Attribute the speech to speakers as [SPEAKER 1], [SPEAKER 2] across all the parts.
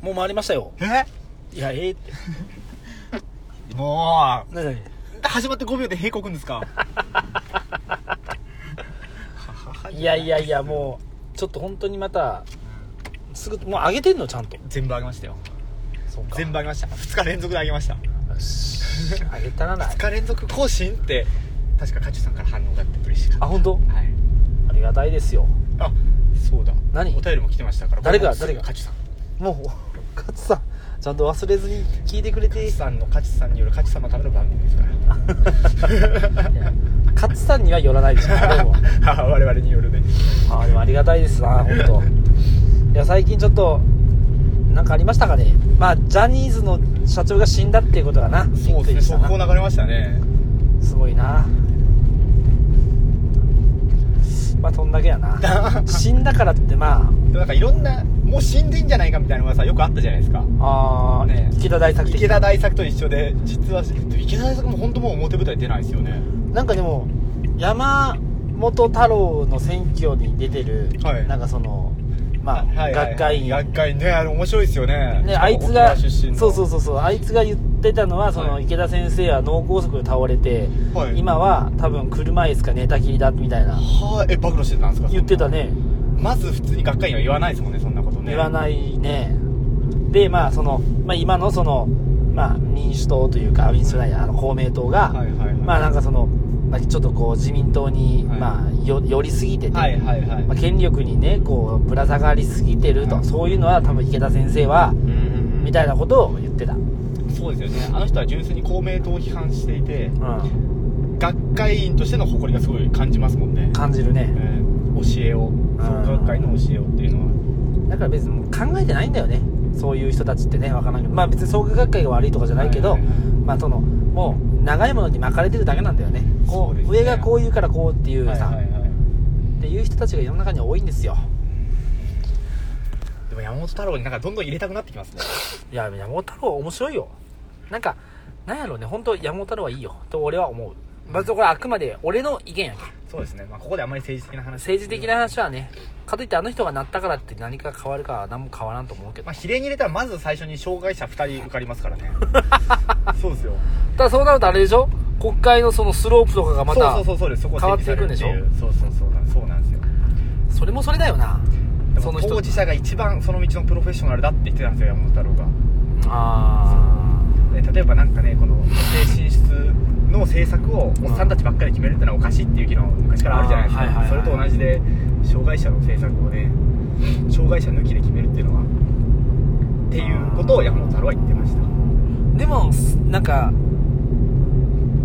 [SPEAKER 1] もう回りましたよ
[SPEAKER 2] え
[SPEAKER 1] いやええって
[SPEAKER 2] も
[SPEAKER 1] 何何
[SPEAKER 2] う始まって5秒で閉国んですか
[SPEAKER 1] いやいやいやもうちょっと本当にまたすぐもう上げてんのちゃんと
[SPEAKER 2] 全部あげましたよ
[SPEAKER 1] そうか
[SPEAKER 2] 全部あげました2日連続であげました
[SPEAKER 1] よし上げたらな
[SPEAKER 2] 2日連続更新って確かカチュさんから反応があって嬉しかった
[SPEAKER 1] あ本当
[SPEAKER 2] はい
[SPEAKER 1] ありがたいですよ
[SPEAKER 2] あそうだ
[SPEAKER 1] 何
[SPEAKER 2] お便りも来てましたから
[SPEAKER 1] 誰が
[SPEAKER 2] これもすぐ
[SPEAKER 1] 誰が
[SPEAKER 2] カチュさん
[SPEAKER 1] もう勝さんちゃんと忘れずに聞いてくれて い
[SPEAKER 2] カチュさんのカチュさんによるカチュさんのための番組ですから
[SPEAKER 1] や勝さんには寄らないでしょうけども
[SPEAKER 2] あ我々によるね
[SPEAKER 1] あでもありがたいですな本当いや最近ちょっとなんかありましたかねまあジャニーズの社長が死んだっていうことがな
[SPEAKER 2] そう
[SPEAKER 1] びっく
[SPEAKER 2] で
[SPEAKER 1] りし
[SPEAKER 2] す
[SPEAKER 1] た
[SPEAKER 2] ね速
[SPEAKER 1] な
[SPEAKER 2] 報流れましたね
[SPEAKER 1] すごいなまあそんだけや な死んだからってま
[SPEAKER 2] でもなんかいろんなもう死んでんじゃないかみたいなのがさよくあったじゃないですか
[SPEAKER 1] ああー、
[SPEAKER 2] ね
[SPEAKER 1] 池田大作的
[SPEAKER 2] 池
[SPEAKER 1] な
[SPEAKER 2] 田大作と一緒で実は池田大作も本当もう表舞台出ないですよね
[SPEAKER 1] なんかでも山本太郎の選挙に出てる、
[SPEAKER 2] はい
[SPEAKER 1] なんかそのまあ、
[SPEAKER 2] はいはい
[SPEAKER 1] 学会員
[SPEAKER 2] 学会ねあれ面白いですよね
[SPEAKER 1] ね、あいつが
[SPEAKER 2] 沖縄出身の
[SPEAKER 1] そうそうそうそうあいつが言ってたのはその、
[SPEAKER 2] はい
[SPEAKER 1] 池田先生は脳梗塞で倒れて、
[SPEAKER 2] はい
[SPEAKER 1] 今は多分車椅子か寝たきりだみたいな
[SPEAKER 2] はあえ暴露してたんですか
[SPEAKER 1] 言ってたね
[SPEAKER 2] まず普通に学会員は言わないですもんねそんなことね
[SPEAKER 1] 言わ
[SPEAKER 2] い
[SPEAKER 1] ないねでまあその、まあ、今のその、まあ、民主党というか民主党じゃないあの公明党が、
[SPEAKER 2] はいはいはい
[SPEAKER 1] まあなんかその、まあ、ちょっとこう自民党に、
[SPEAKER 2] はい
[SPEAKER 1] まあ、よ寄りすぎてて、
[SPEAKER 2] はいはいはい、
[SPEAKER 1] まあ、権力にねこうぶら下がりすぎてると、
[SPEAKER 2] はい
[SPEAKER 1] そういうのは多分池田先生は、
[SPEAKER 2] うんうんうん
[SPEAKER 1] みたいなことを言ってた、うん、
[SPEAKER 2] そうですよねあの人は純粋に公明党を批判していて学会員としての誇りがすごい感じますもんね、
[SPEAKER 1] 感じる
[SPEAKER 2] え
[SPEAKER 1] ね
[SPEAKER 2] ー教えを創学会の教えをっていうのは
[SPEAKER 1] だから別にもう考えてないんだよねそういう人たちってねわからないけどまあ別に創価学会が悪いとかじゃないけど、
[SPEAKER 2] はいはいはい
[SPEAKER 1] まあそのもう長いものに巻かれてるだけなんだよねこ
[SPEAKER 2] そう
[SPEAKER 1] う
[SPEAKER 2] ですね
[SPEAKER 1] 上がこう言うからこうっていうさ、
[SPEAKER 2] はいはいはい
[SPEAKER 1] っていう人たちが世の中には多いんですよ
[SPEAKER 2] でも山本太郎になんかどんどん入れたくなってきますね
[SPEAKER 1] いや山本太郎は面白いよなんかなんやろうね本当山本太郎はいいよと俺は思うまずこれあくまで俺の意見やけど
[SPEAKER 2] そうですね、まあ、ここであまり政治的な話
[SPEAKER 1] 政治的な話はねかといってあの人がなったからって何か変わるかは何も変わらんと思うけど
[SPEAKER 2] まあ、比例に入れたらまず最初に障害者2人受かりますか らねそうですよ
[SPEAKER 1] ただそうなるとあれでしょ国会のそのスロープとかがまた
[SPEAKER 2] そうそうそうそうですそこ
[SPEAKER 1] 変わっていくんでしょ
[SPEAKER 2] 整理されるっていうそうそうそうなんそうなんですよ
[SPEAKER 1] それもそれだよな
[SPEAKER 2] で
[SPEAKER 1] そ
[SPEAKER 2] も
[SPEAKER 1] の人
[SPEAKER 2] 当事者が一番その道のプロフェッショナルだって言ってたんですよ山本太郎
[SPEAKER 1] あ
[SPEAKER 2] がで例えばなんかねこの女性進出の政策をおっさんたちばっかり決めるってのはおかしいっていう議論昔からあるじゃないですか、
[SPEAKER 1] あーはいはいはい
[SPEAKER 2] それと同じで障害者の政策をね障害者抜きで決めるっていうのはっていうことを山本太郎は言ってました
[SPEAKER 1] ーでもすなんか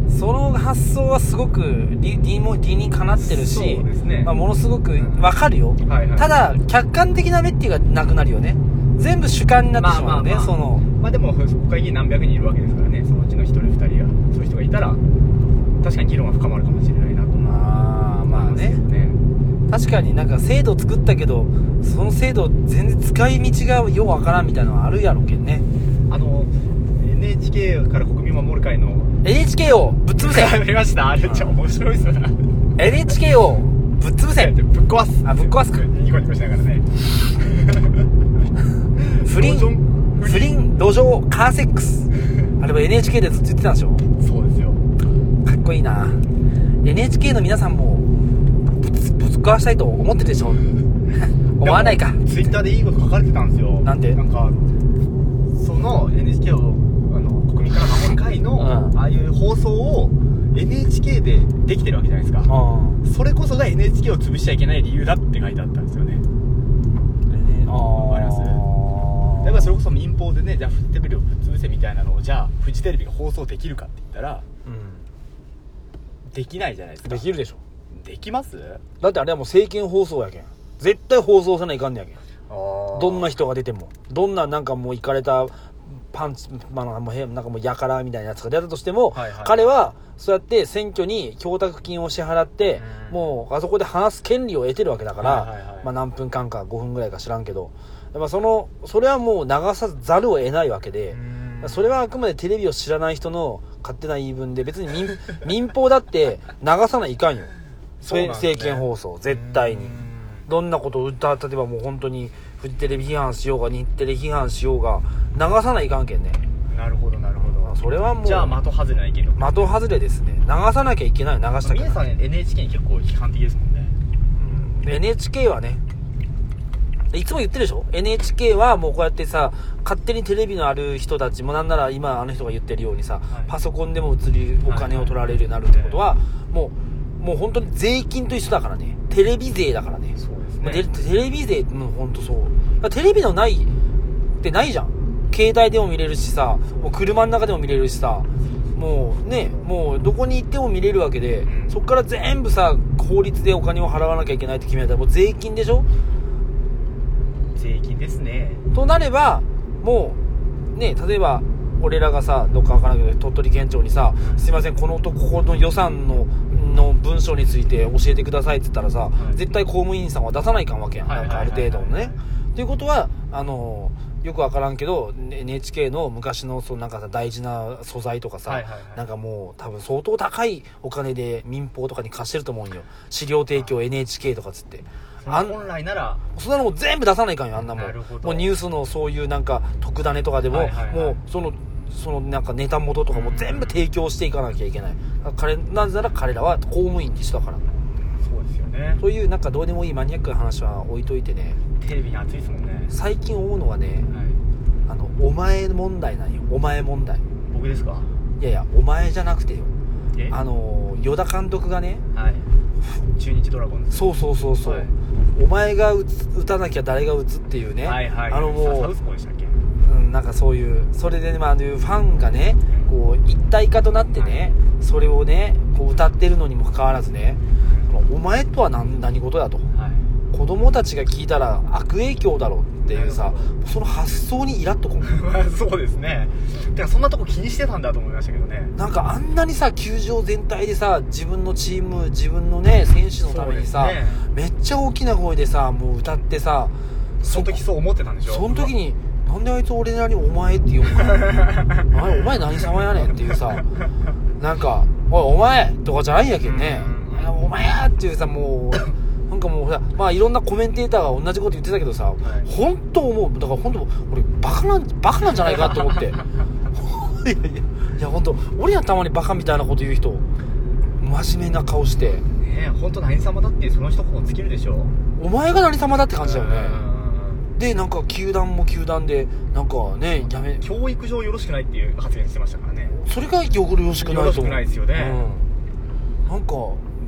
[SPEAKER 1] その発想はすごく理理も理にかなってるし、
[SPEAKER 2] そうですね
[SPEAKER 1] まあ、ものすごく
[SPEAKER 2] ん
[SPEAKER 1] わかるよ、
[SPEAKER 2] はいはい
[SPEAKER 1] ただ客観的な目っていうのがなくなるよね全部主観になってしまうね、
[SPEAKER 2] まあまあまあ
[SPEAKER 1] その
[SPEAKER 2] まあでも国会議員何百人いるわけですからねそのうちの1人2人がそういう人がいたら確かに議論は深まるかもしれないなと思う
[SPEAKER 1] まあまあね
[SPEAKER 2] ね
[SPEAKER 1] 確かになんか制度作ったけどその制度全然使い道がようわからんみたいなのはあるやろうけんね
[SPEAKER 2] あの NHK から国民守る会の
[SPEAKER 1] NHK をぶっ 潰せ
[SPEAKER 2] 見ましたあれ
[SPEAKER 1] うん
[SPEAKER 2] ちゃ面白いっすよな
[SPEAKER 1] NHK をぶっ潰せ
[SPEAKER 2] ぶっ壊す
[SPEAKER 1] あぶっ壊すか
[SPEAKER 2] ニコニコしながらね
[SPEAKER 1] 不倫
[SPEAKER 2] 路上
[SPEAKER 1] 不倫路上カーセックスあれも NHK でずっと言ってたんでしょ
[SPEAKER 2] そうですよ
[SPEAKER 1] かっこいいな NHK の皆さんもぶつぶっ壊したいと思ってるで しょ思わないか
[SPEAKER 2] ツイッターでいいこと書かれてたんですよ
[SPEAKER 1] なんで
[SPEAKER 2] なんかその NHK をあの国民から守る会の、
[SPEAKER 1] うん
[SPEAKER 2] ああいう放送を NHK でできてるわけじゃないですか
[SPEAKER 1] あ
[SPEAKER 2] それこそが NHK を潰しちゃいけない理由だって書いてあったんですよね
[SPEAKER 1] あ
[SPEAKER 2] わかりますだからそれこそ民放でねじゃあフジテレビをぶっ潰せみたいなのをじゃあフジテレビが放送できるかって言ったら
[SPEAKER 1] うん
[SPEAKER 2] できないじゃないですか
[SPEAKER 1] できるでしょ
[SPEAKER 2] できます
[SPEAKER 1] だってあれはもう政見放送やけん絶対放送せないかんねやけんど
[SPEAKER 2] ど
[SPEAKER 1] んな人が出てもどんななんかもういかれたパンチ、まあ、もうへんなんかもうやからみたいなやつが出たとしても、
[SPEAKER 2] はいはい
[SPEAKER 1] 彼はそうやって選挙に供託金を支払って、
[SPEAKER 2] うん
[SPEAKER 1] もうあそこで話す権利を得てるわけだから、
[SPEAKER 2] はいはいはい
[SPEAKER 1] まあ、何分間か5分ぐらいか知らんけどやっぱそのそれはもう流さざるを得ないわけで。それはあくまでテレビを知らない人の勝手な言い分で別に 民民放だって流さないかんよ
[SPEAKER 2] そうなんですね
[SPEAKER 1] 政権放送絶対にどんなことを歌ってばもう本当にフジテレビ批判しようが日テレ批判しようが流さないかんけんね
[SPEAKER 2] なるほどなるほど
[SPEAKER 1] それはもう
[SPEAKER 2] じゃあ的外れないけどまあ
[SPEAKER 1] 的外れですね流さなきゃいけない流したく
[SPEAKER 2] 皆
[SPEAKER 1] な
[SPEAKER 2] さ
[SPEAKER 1] い、
[SPEAKER 2] ん NHK に結構批判的ですもんね
[SPEAKER 1] うん NHK はねいつも言ってるでしょ NHK はもうこうやってさ勝手にテレビのある人たちもなんなら今あの人が言ってるようにさ、
[SPEAKER 2] はい
[SPEAKER 1] パソコンでも映りお金を取られるようになるってことは、もうもう本当に税金と一緒だからねテレビ税だからね
[SPEAKER 2] そうです
[SPEAKER 1] まあでテレビ税もうほんとそうだからテレビのないってないじゃん携帯でも見れるしさもう車の中でも見れるしさもうねもうどこに行っても見れるわけで、
[SPEAKER 2] うん
[SPEAKER 1] そっから全部さ法律でお金を払わなきゃいけないって決められたらもう税金でしょ
[SPEAKER 2] 税金ですね
[SPEAKER 1] となればもうね例えば俺らがさどっかわからんけど鳥取県庁にさ「すいませんこのとここの予算のの文書について教えてください」って言ったらさ、
[SPEAKER 2] い
[SPEAKER 1] 絶対公務員さんは出さないかんわけやん、
[SPEAKER 2] はいはいはいはい
[SPEAKER 1] なんかある程度のね。ということはあのよくわからんけどね NHK の昔のそのなんかさ大事な素材とかさ、
[SPEAKER 2] はいはいはい
[SPEAKER 1] なんかもう多分相当高いお金で民放とかに貸してると思うんよ資料提供 NHK とかっつってあん
[SPEAKER 2] 本来なら
[SPEAKER 1] そんなのもう全部出さないかんよあんなも
[SPEAKER 2] なんるほど
[SPEAKER 1] もうニュースのそういうなんか特ダネとかでも、
[SPEAKER 2] はいはいはい
[SPEAKER 1] もうそのそのなんかネタ元とかも全部提供していかなきゃいけない彼なぜなら彼らは公務員でしたから
[SPEAKER 2] そうですよね
[SPEAKER 1] そういうなんかどうでもいいマニアックな話は置いといてね
[SPEAKER 2] テレビに熱いですもんね
[SPEAKER 1] 最近思うのはね
[SPEAKER 2] はい
[SPEAKER 1] あのお前問題なんよお前問題
[SPEAKER 2] 僕ですか
[SPEAKER 1] いやいやお前じゃなくてよ
[SPEAKER 2] え
[SPEAKER 1] あの依田監督がね
[SPEAKER 2] はい中日ドラゴンズ
[SPEAKER 1] そうそうそうそう、
[SPEAKER 2] はい
[SPEAKER 1] お前が打つ打たなきゃ誰が打つっていうね、
[SPEAKER 2] はいはい
[SPEAKER 1] あのもう
[SPEAKER 2] ササウスポーでしたっけ
[SPEAKER 1] うん、なんかそういうそれでね、まあ、あのファンがねこう一体化となってねそれをねこう歌ってるのにもかかわらずねそのお前とは何何事だと
[SPEAKER 2] はい
[SPEAKER 1] 子供たちが聞いたら悪影響だろっていう
[SPEAKER 2] な
[SPEAKER 1] さ
[SPEAKER 2] るほ
[SPEAKER 1] その発想にイラっとこう
[SPEAKER 2] まあ そうですねてかそんなとこ気にしてたんだと思いましたけどね
[SPEAKER 1] なんかあんなにさ球場全体でさ自分のチーム自分のね選手のためにさ、
[SPEAKER 2] そうですね
[SPEAKER 1] めっちゃ大きな声でさもう歌ってさ
[SPEAKER 2] その時そう思ってたんでしょ
[SPEAKER 1] その時になんであいつ俺なりに「お前」って言 うんかあれお前何様やねんっていうさなんか「おいお前」とかじゃないんやけんね
[SPEAKER 2] う
[SPEAKER 1] 「あお前や」っていうさも うなんかもうさまあいろんなコメンテーターが同じこと言ってたけどさ
[SPEAKER 2] い
[SPEAKER 1] 本当思うだから本当俺バカなんバカなんじゃないかと思って いやいやいや本当俺やたまにバカみたいなこと言う人真面目な顔して
[SPEAKER 2] ねえ本当何様だってその一言つけるでしょ
[SPEAKER 1] 「お前が何様だ」って感じだよね
[SPEAKER 2] うん
[SPEAKER 1] でなんか球団も球団でなんかねやめ
[SPEAKER 2] 教育上よろしくないっていう発言してましたからね
[SPEAKER 1] それがよろしくないと思う
[SPEAKER 2] よろしくないですよね
[SPEAKER 1] うん、なんか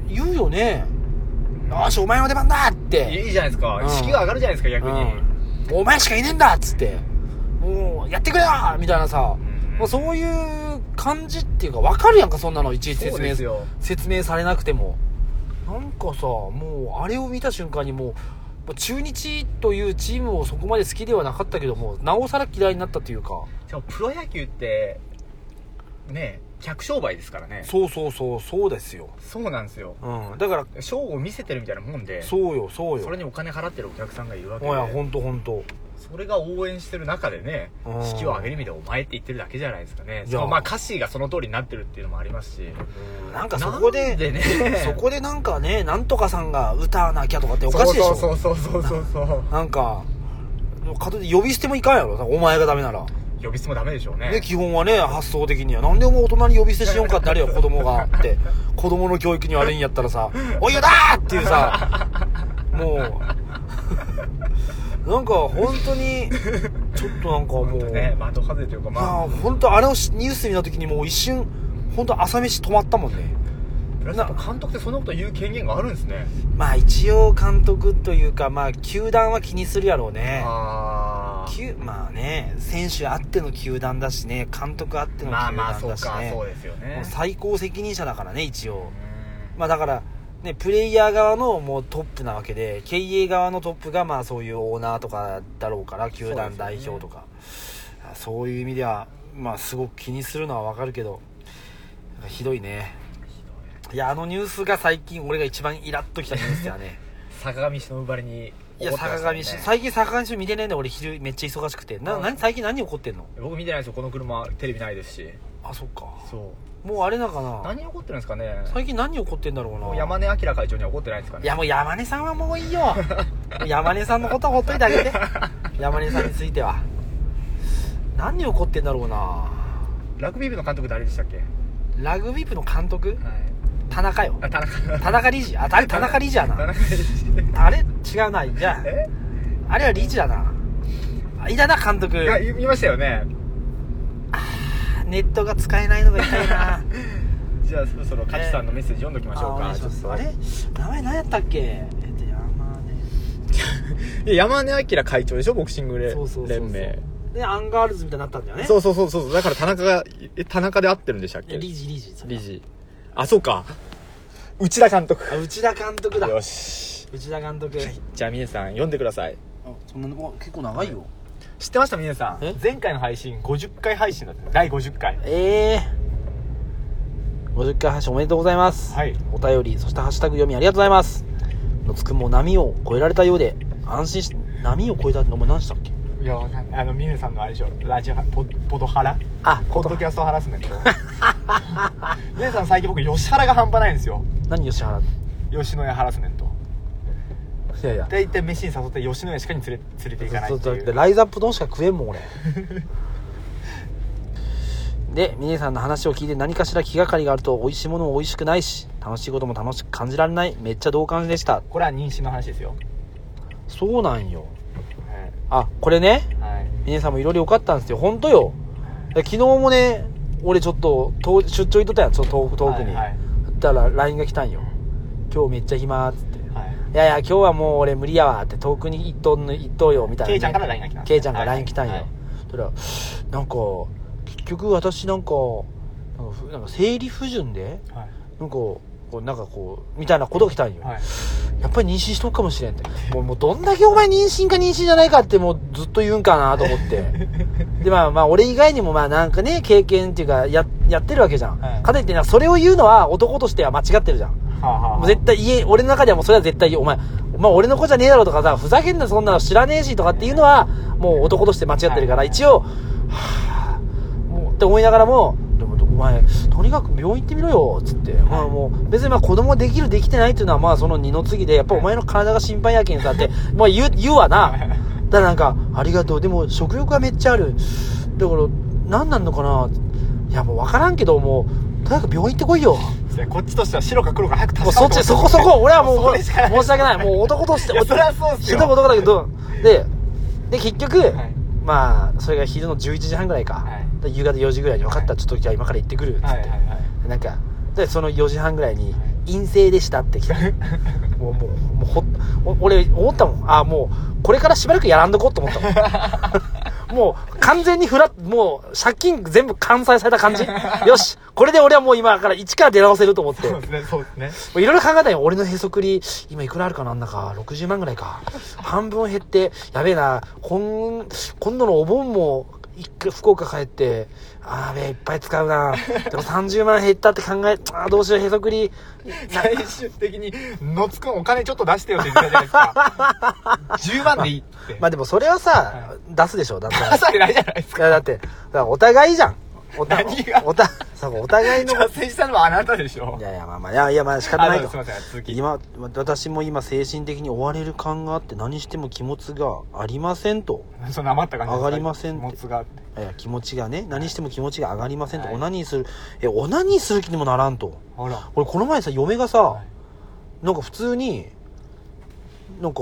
[SPEAKER 1] 言うよね「よしお前の出番だ!」っ
[SPEAKER 2] い
[SPEAKER 1] て
[SPEAKER 2] いじゃないですか
[SPEAKER 1] うん
[SPEAKER 2] 士気が上がるじゃないですか逆に
[SPEAKER 1] うん、お前しかいねえんだ!」っつって「もうやってくれよ!」みたいなさ、
[SPEAKER 2] うん
[SPEAKER 1] まあ、そういう感じっていうか分かるやんかそんなのいちいち
[SPEAKER 2] そ
[SPEAKER 1] 説
[SPEAKER 2] うです
[SPEAKER 1] 明
[SPEAKER 2] よ
[SPEAKER 1] 説明されなくてもなんかさもうあれを見た瞬間にもうもう中日というチームをそこまで好きではなかったけどもなおさら嫌いになったというか
[SPEAKER 2] しかもプロ野球ってねえ客商売ですからね
[SPEAKER 1] そうそうそうそうですよ、
[SPEAKER 2] そうなんですよ
[SPEAKER 1] うん、だから
[SPEAKER 2] ショーを見せてるみたいなもんでそ
[SPEAKER 1] そうよそうよ
[SPEAKER 2] れにお金払ってるお客さんがいるわけ
[SPEAKER 1] おやほ
[SPEAKER 2] で
[SPEAKER 1] んとほんと
[SPEAKER 2] それが応援してる中でね
[SPEAKER 1] うん
[SPEAKER 2] 士気を上げる意味でお前って言ってるだけじゃないですかね
[SPEAKER 1] いや
[SPEAKER 2] しかもまあ歌詞がその通りになってるっていうのもありますし
[SPEAKER 1] なんかそこで
[SPEAKER 2] なんね
[SPEAKER 1] そ こでなんかねなんとかさんが歌わなきゃとかっておかしいでしょ
[SPEAKER 2] そうそうそうそうそうそう
[SPEAKER 1] なんかかといって呼び捨てもいかんやろお前がダメなら、
[SPEAKER 2] 呼び捨てもダメでしょうね
[SPEAKER 1] ね、基本はね発想的にはなんでお前大人に呼び捨てしようかってなるよ子供がって子供の教育に悪いんやったらさ「おいよだー!」っていうさもうなんか本当にちょっとなんかも
[SPEAKER 2] 本当
[SPEAKER 1] う、
[SPEAKER 2] ね的外れというかまあ
[SPEAKER 1] まあ本当あれをしニュース見た時にもう一瞬本当朝飯止まったもんね
[SPEAKER 2] プラスやっぱ監督ってそんなこと言う権限があるんですね
[SPEAKER 1] まあ一応監督というかまあ球団は気にするやろうね
[SPEAKER 2] あ
[SPEAKER 1] 球まあね選手あっての球団だしね監督あって
[SPEAKER 2] あ
[SPEAKER 1] の球
[SPEAKER 2] ま
[SPEAKER 1] 団
[SPEAKER 2] あまあそう
[SPEAKER 1] だし
[SPEAKER 2] か
[SPEAKER 1] ね
[SPEAKER 2] そうですよ
[SPEAKER 1] も
[SPEAKER 2] ね
[SPEAKER 1] う最高責任者だからね一応
[SPEAKER 2] うん
[SPEAKER 1] まあだからねプレイヤー側のもうトップなわけで経営側のトップがまあそういうオーナーとかだろうから球団代表とかそう,、いう意味ではまあすごく気にするのはわかるけどなんかひどいねいやあのニュースが最近俺が一番イラッときたニュースだね
[SPEAKER 2] 坂上忍ばりに
[SPEAKER 1] いや
[SPEAKER 2] 怒ってま
[SPEAKER 1] 坂
[SPEAKER 2] すもん
[SPEAKER 1] 上
[SPEAKER 2] ね
[SPEAKER 1] 忍最近坂上忍見てないんで俺昼めっちゃ忙しくてな
[SPEAKER 2] うん
[SPEAKER 1] 何最近何怒ってんの
[SPEAKER 2] 僕見てないですよこの車テレビないですし
[SPEAKER 1] あそっか
[SPEAKER 2] そ
[SPEAKER 1] もうあれなんか
[SPEAKER 2] う
[SPEAKER 1] な
[SPEAKER 2] 何に怒ってるんですかね
[SPEAKER 1] 最近何怒ってんだろう
[SPEAKER 2] もう
[SPEAKER 1] な
[SPEAKER 2] 山根明会長には怒ってないですか
[SPEAKER 1] い
[SPEAKER 2] ね
[SPEAKER 1] やもう山根さんはもういいよもう山根さんのことはほっといてあ げて山根さんについては何に怒ってんだろうな
[SPEAKER 2] ラグビー部の監督誰でしたっけ、はい、
[SPEAKER 1] ラグビー部の監督田中よ
[SPEAKER 2] あ田中
[SPEAKER 1] 田中理事あた田中理事や
[SPEAKER 2] 田
[SPEAKER 1] な
[SPEAKER 2] 中理事
[SPEAKER 1] あれ違うなじゃ
[SPEAKER 2] え
[SPEAKER 1] ああれは理事だなあいだな監督
[SPEAKER 2] いや言いましたよね
[SPEAKER 1] ネットが使えないのが痛いな
[SPEAKER 2] じゃあそろそろ勝さんのメッセージ読んどきましょ
[SPEAKER 1] あお
[SPEAKER 2] うか、
[SPEAKER 1] 願いします
[SPEAKER 2] ちょっと
[SPEAKER 1] あれ名前何やったっけえっと山根
[SPEAKER 2] いや山根明会長でしょボクシング連
[SPEAKER 1] そうそうそうそう
[SPEAKER 2] 連盟
[SPEAKER 1] でアンガールズみたいになったんだよね
[SPEAKER 2] そううそうそうそうだから田中がえ田中で合ってるんでしたっけ
[SPEAKER 1] 理事理事
[SPEAKER 2] 理事あそうか内田監督
[SPEAKER 1] あ内田監督だ
[SPEAKER 2] よし
[SPEAKER 1] 内田監督、
[SPEAKER 2] じゃあ峰さん読んでください
[SPEAKER 1] あそんなのあ結構長いよ
[SPEAKER 2] 知ってました峰さ
[SPEAKER 1] え
[SPEAKER 2] ん前回の配信50回配信だった第50回
[SPEAKER 1] ええ50回配信おめでとうございます、
[SPEAKER 2] はい
[SPEAKER 1] お便りそしてハッシュタグ読みありがとうございますのつくんも波を越えられたようで安心し波を越えたってお前何したっけ
[SPEAKER 2] いやなんあの峰さんのあれでしょラジオポポドハラ
[SPEAKER 1] あ
[SPEAKER 2] ポッドキャストハラスメント 峰さん最近僕吉原が半端ないんですよ
[SPEAKER 1] 何吉原
[SPEAKER 2] 吉野家ハラスメント
[SPEAKER 1] いやいや
[SPEAKER 2] 大体飯に誘って吉野家しかに連れ連れていかない
[SPEAKER 1] そう
[SPEAKER 2] って
[SPEAKER 1] そうだ
[SPEAKER 2] い
[SPEAKER 1] って
[SPEAKER 2] う
[SPEAKER 1] ライズアップ丼しか食えんもん俺 で峰さんの話を聞いて何かしら気がかりがあると美味しいものも美味しくないし楽しいことも楽しく感じられないめっちゃ同感でした
[SPEAKER 2] これは妊娠の話ですよ
[SPEAKER 1] そうなんよ
[SPEAKER 2] はい
[SPEAKER 1] あこれね
[SPEAKER 2] はい
[SPEAKER 1] 皆さんもいろいろよかったんですよ本当よで昨日もね俺ちょっとと出張行っとったやんちょっと遠く遠くに、
[SPEAKER 2] はいはい
[SPEAKER 1] そしたら LINE が来たんよ「今日めっちゃ暇」っつって「
[SPEAKER 2] はい
[SPEAKER 1] いやいや今日はもう俺無理やわ」って遠くに行っとんの行っとうよみたいな
[SPEAKER 2] ケイちゃんから LINE が来たんですね
[SPEAKER 1] ケイちゃんが LINE 来たんよ、
[SPEAKER 2] はいはい
[SPEAKER 1] そしたらなんか結局私なんかなんかふなんか生理不順で
[SPEAKER 2] はい
[SPEAKER 1] なんかこうなんかこうみたいなことが来たんよ、
[SPEAKER 2] はい
[SPEAKER 1] やっぱり妊娠しとくかもしれんってもうもうどんだけお前妊娠か妊娠じゃないかってもうずっと言うんかなと思って でまあまあ俺以外にもまあなんかね経験っていうかややってるわけじゃん、
[SPEAKER 2] はい
[SPEAKER 1] かといってなそれを言うのは男としては間違ってるじゃん
[SPEAKER 2] はあは
[SPEAKER 1] もう絶対家俺の中ではもうそれは絶対言うお前お前俺の子じゃねえだろとかさふざけんなそんなの知らねえしとかっていうのはもう男として間違ってるから、
[SPEAKER 2] はい
[SPEAKER 1] 一応はあもうって思いながらもでもお前とにかく病院行ってみろよっつって、まあもう別にまあ子供できるできてないっていうのはまあその二の次でやっぱお前の体が心配やけんさって まあ言う言うわな
[SPEAKER 2] はい
[SPEAKER 1] だからなんかありがとうでも食欲がめっちゃあるだから何なんのかないやもう分からんけどもうとにかく病院行ってこいよ
[SPEAKER 2] いこっちとしては白か黒か早く
[SPEAKER 1] もう
[SPEAKER 2] 確か
[SPEAKER 1] そっ
[SPEAKER 2] めて
[SPEAKER 1] ち、そこそ こ、俺はもう、
[SPEAKER 2] そ
[SPEAKER 1] 申
[SPEAKER 2] れ
[SPEAKER 1] し
[SPEAKER 2] しかない
[SPEAKER 1] 訳ない。 もう男として、
[SPEAKER 2] いやそりゃそうっすよ
[SPEAKER 1] 男男だけど、で、で、結局、
[SPEAKER 2] い
[SPEAKER 1] まあ、それが昼の11時半ぐらいか。
[SPEAKER 2] はい
[SPEAKER 1] で夕方4時ぐらいに、分かった、
[SPEAKER 2] はい
[SPEAKER 1] ちょっとじゃあ今から行ってくる、つって。
[SPEAKER 2] はいはいはい
[SPEAKER 1] なんか、で、その4時半ぐらいに、陰性でしたって来 た。もう、もう、もうほっお俺、思ったもん。あ、もう、これからしばらくやらんどこうと思った もん。もう完全にフラッもう借金全部完済された感じよしこれで俺はもう今から一から出直せると思って
[SPEAKER 2] そうですねそうですね
[SPEAKER 1] もういろいろ考えたよ。俺のへそくり、今いくらあるかなあんだか、60万ぐらいか。半分減って、やべえな、今、今度のお盆も、一回福岡帰って、あーやべえ、いっぱい使うな。でも30万減ったって考え、あーどうしよう、へそくり。
[SPEAKER 2] 最終的にのつくんお金ちょっと出してよって言ったじゃないですか10万でいいって
[SPEAKER 1] まあでもそれはさ、出すでしょ、だって。
[SPEAKER 2] 出されないじゃないです
[SPEAKER 1] い
[SPEAKER 2] か
[SPEAKER 1] やだって、だからお互いじゃん。おた
[SPEAKER 2] 何が
[SPEAKER 1] おた、そうお互いの。
[SPEAKER 2] 達成したのはあなたでしょ
[SPEAKER 1] いやいや、まあまあ、いやいや、まあ仕方ない
[SPEAKER 2] あ
[SPEAKER 1] と
[SPEAKER 2] すい。ません続き
[SPEAKER 1] 今私も今精神的に追われる感があって何しても気持ちがありませんと
[SPEAKER 2] その余った感じですか
[SPEAKER 1] 上がりませんって
[SPEAKER 2] もつ
[SPEAKER 1] い
[SPEAKER 2] が
[SPEAKER 1] や気持ちがね何しても気持ちが上がりませんと、
[SPEAKER 2] はい
[SPEAKER 1] オナニーするえオナニーする気にもならんと
[SPEAKER 2] あら
[SPEAKER 1] 俺この前さ嫁がさ、
[SPEAKER 2] い
[SPEAKER 1] なんか普通になんか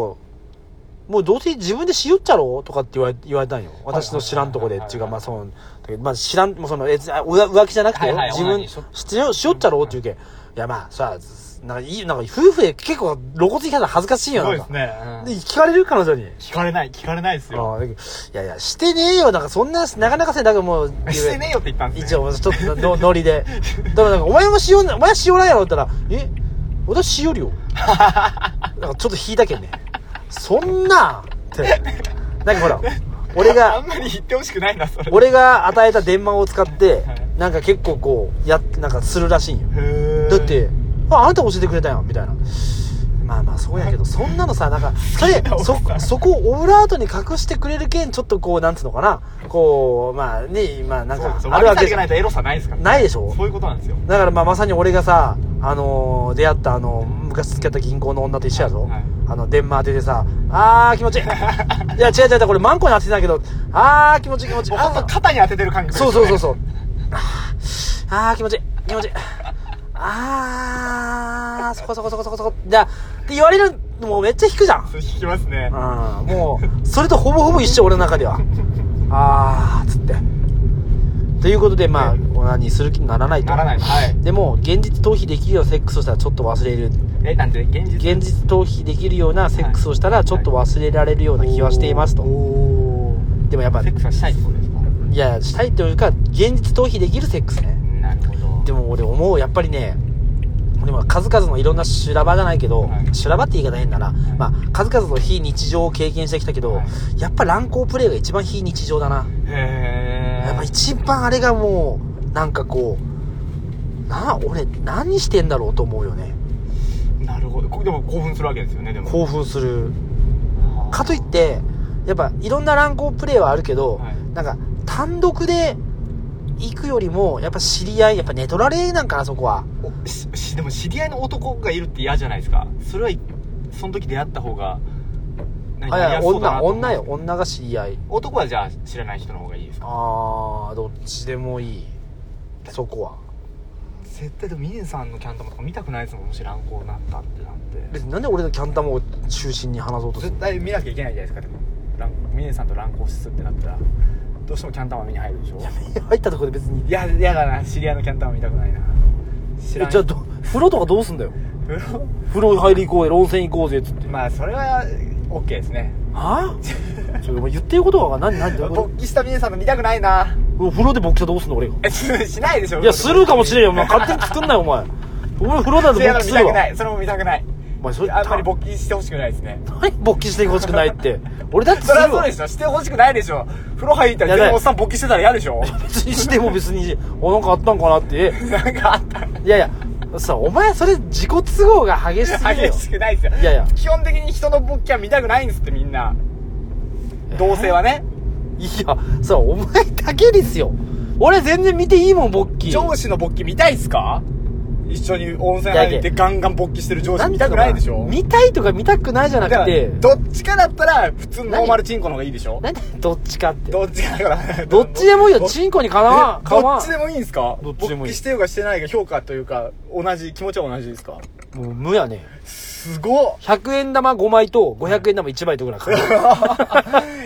[SPEAKER 1] もうどうせ自分でしよっちゃろとかって言われ言われたんよ私の知らんとこで
[SPEAKER 2] はいはいはいはい
[SPEAKER 1] っていうかまあそのだけどまあ知らんもうそのえあうわ浮気じゃなくてよ、
[SPEAKER 2] はいはい
[SPEAKER 1] 自
[SPEAKER 2] オナ
[SPEAKER 1] 分
[SPEAKER 2] ニーしょ
[SPEAKER 1] しよしよっちゃろっていうけんいやまあさなんかいいなんか夫婦で結構露骨に聞かれたら恥ずかしい
[SPEAKER 2] す
[SPEAKER 1] よ
[SPEAKER 2] ご
[SPEAKER 1] ないん
[SPEAKER 2] で
[SPEAKER 1] か
[SPEAKER 2] すね、うん
[SPEAKER 1] で聞かれる彼女に
[SPEAKER 2] 聞かれない聞かれないですよ
[SPEAKER 1] ああだけどいやいやしてねえよなんかそんななかなかせだからもう
[SPEAKER 2] してねえよって言ったんです
[SPEAKER 1] 一
[SPEAKER 2] ね
[SPEAKER 1] 応ちょっとのノリでだからなんか「お前もしようなお前はしようないやろ」って言ったら「え私しよるよ」なんかちょっと引いたけんねそんなってなんかほら俺
[SPEAKER 2] あ
[SPEAKER 1] が
[SPEAKER 2] んまり言ってほしくないなそれ
[SPEAKER 1] 俺が与えた電話を使って
[SPEAKER 2] はい
[SPEAKER 1] なんか結構こうやなんかするらしいんよ
[SPEAKER 2] へー
[SPEAKER 1] だって「ああなた教えてくれたやん」みたいな「まあまあそうやけどそんなのさなんかそれそそこをオブラートに隠してくれるけんちょっとこうなんつうのかなこうまあねまあなんか
[SPEAKER 2] そう
[SPEAKER 1] あるわけ
[SPEAKER 2] 悪さじ
[SPEAKER 1] じ
[SPEAKER 2] ゃ
[SPEAKER 1] ゃ
[SPEAKER 2] ないとエロさないですから、
[SPEAKER 1] ないでしょ
[SPEAKER 2] そういうことなんですよ
[SPEAKER 1] だからまあまさに俺がさあのー出会ったあの昔付き合った銀行の女と一緒やぞ、
[SPEAKER 2] はい
[SPEAKER 1] あの電話当ててさあー気持ちいいいや違う違う違うこれマンコに当ててないけどあー気持ちいい気持ちいい
[SPEAKER 2] もうほんと
[SPEAKER 1] あー
[SPEAKER 2] 肩に当ててる感覚です
[SPEAKER 1] そう
[SPEAKER 2] よね
[SPEAKER 1] そうそうそう。あーあー、気持ちいい。気持ちいい。ああ、そこそこそこそこそこ。じゃあ、って言われるのもめっちゃ引くじゃん。
[SPEAKER 2] そう引きますね
[SPEAKER 1] うん、もう、それとほぼほぼ一緒、俺の中で は。ああ、つって。ということで、まあ、
[SPEAKER 2] ね
[SPEAKER 1] オナニーする気にならないと。
[SPEAKER 2] ならな いはい
[SPEAKER 1] でも、現実逃避できるようなセックスをしたらちょっと忘れる。
[SPEAKER 2] えなんで現実
[SPEAKER 1] 現実逃避できるようなセックスをしたらちょっと忘れられるような気はしていますと。
[SPEAKER 2] お
[SPEAKER 1] でもやっぱ、
[SPEAKER 2] ーセックスはしたいってことですか
[SPEAKER 1] いや、したいというか、現実逃避できるセックスね。
[SPEAKER 2] なるほど
[SPEAKER 1] でも俺思うやっぱりねでも数々のいろんな修羅場じゃないけど、
[SPEAKER 2] はい
[SPEAKER 1] 修羅場って言い方変だな、まあ、数々の非日常を経験してきたけど、
[SPEAKER 2] はい
[SPEAKER 1] やっぱ乱行プレーが一番非日常だな、
[SPEAKER 2] へえ
[SPEAKER 1] やっぱ一番あれがもうなんかこうな俺何してんだろうと思うよね
[SPEAKER 2] なるほどこでも興奮するわけですよねでも
[SPEAKER 1] 興奮するかといってやっぱいろんな乱行プレーはあるけど、
[SPEAKER 2] はい
[SPEAKER 1] なんか単独で行くよりもやっぱ知り合いやっぱ寝取られなんかなそこは
[SPEAKER 2] おししでも知り合いの男がいるって嫌じゃないですかそれはいその時出会った方がなんか
[SPEAKER 1] あい
[SPEAKER 2] や
[SPEAKER 1] や
[SPEAKER 2] りやすそうだな
[SPEAKER 1] 女
[SPEAKER 2] と思う
[SPEAKER 1] 女よ女が知り合い
[SPEAKER 2] 男はじゃあ知らない人の方がいいですか
[SPEAKER 1] あーどっちでもいいそこは
[SPEAKER 2] 絶対でもミネさんのキャンタマとか見たくないですもんもし乱行になったってなんて
[SPEAKER 1] 別になんで俺のキャンタマを中心に話そうとする
[SPEAKER 2] 絶対見なきゃいけないじゃないですかでも乱ミネさんと乱行するってなったらどうしてもキャンタマ見に入るでしょ
[SPEAKER 1] 入ったところで別に
[SPEAKER 2] いや嫌だな知り合いのキャンタマ見たくないな知
[SPEAKER 1] え
[SPEAKER 2] らん
[SPEAKER 1] じゃあど風呂とかどうすんだよ
[SPEAKER 2] 風呂
[SPEAKER 1] 風呂入り行こうよ温泉行こうぜっつって
[SPEAKER 2] まあそれは OK ですね
[SPEAKER 1] はあ ちょお前言ってることが何何どういうこ
[SPEAKER 2] 勃起したミネさんの見たくないな
[SPEAKER 1] と風呂で勃起はどうすんの俺が
[SPEAKER 2] え すしないでしょ
[SPEAKER 1] いやするかもしれんよお前
[SPEAKER 2] 勝
[SPEAKER 1] 勝手に作んないよお前俺風呂だと
[SPEAKER 2] 手
[SPEAKER 1] 勃起
[SPEAKER 2] 見
[SPEAKER 1] す
[SPEAKER 2] た
[SPEAKER 1] る
[SPEAKER 2] く
[SPEAKER 1] わ
[SPEAKER 2] ないそれも見たくない
[SPEAKER 1] お前それ
[SPEAKER 2] あんまり勃起してほしくないですね
[SPEAKER 1] 何勃起してほしくないって俺だってす
[SPEAKER 2] そ
[SPEAKER 1] る
[SPEAKER 2] れは
[SPEAKER 1] わ
[SPEAKER 2] そうでしょしてほしくないでしょ風呂入ったら
[SPEAKER 1] いや
[SPEAKER 2] 全
[SPEAKER 1] だ
[SPEAKER 2] 部おっさん勃起してたら嫌でしょ
[SPEAKER 1] 別にしても別におなんかあったんかなって
[SPEAKER 2] なん かあった
[SPEAKER 1] いやいや、さ、お前それ自己都合が激しすぎるよ
[SPEAKER 2] 激。しくないですよ
[SPEAKER 1] いやいや
[SPEAKER 2] 基本的に人の勃起は見たくないんですってみんな
[SPEAKER 1] えー
[SPEAKER 2] 同性はね
[SPEAKER 1] いや、さ、お前だけですよ。俺全然見ていいもん、ボッキー。
[SPEAKER 2] 上司の勃起見たいっすか一緒に温泉入ってガンガン勃起してる上司
[SPEAKER 1] ん
[SPEAKER 2] 見
[SPEAKER 1] てうの
[SPEAKER 2] たく
[SPEAKER 1] か
[SPEAKER 2] ないでしょ
[SPEAKER 1] 見たいとか見たくないじゃな
[SPEAKER 2] だか
[SPEAKER 1] くて
[SPEAKER 2] ら、どっちかだったら普通のノーマルチンコの方がいいでしょ
[SPEAKER 1] なんでどっちかって。
[SPEAKER 2] どっちかだから
[SPEAKER 1] どっちでもいいよ、
[SPEAKER 2] ン
[SPEAKER 1] チンコにか
[SPEAKER 2] コ
[SPEAKER 1] なわん。か
[SPEAKER 2] ど
[SPEAKER 1] わ
[SPEAKER 2] っちでもいいんですか
[SPEAKER 1] どっちでもいい
[SPEAKER 2] 勃起してようがしてないが評価というか同じ気持ちは同じですか
[SPEAKER 1] ん。もう無やね。
[SPEAKER 2] すご っ
[SPEAKER 1] 100円玉5枚と500円玉1枚とぐらいか かる。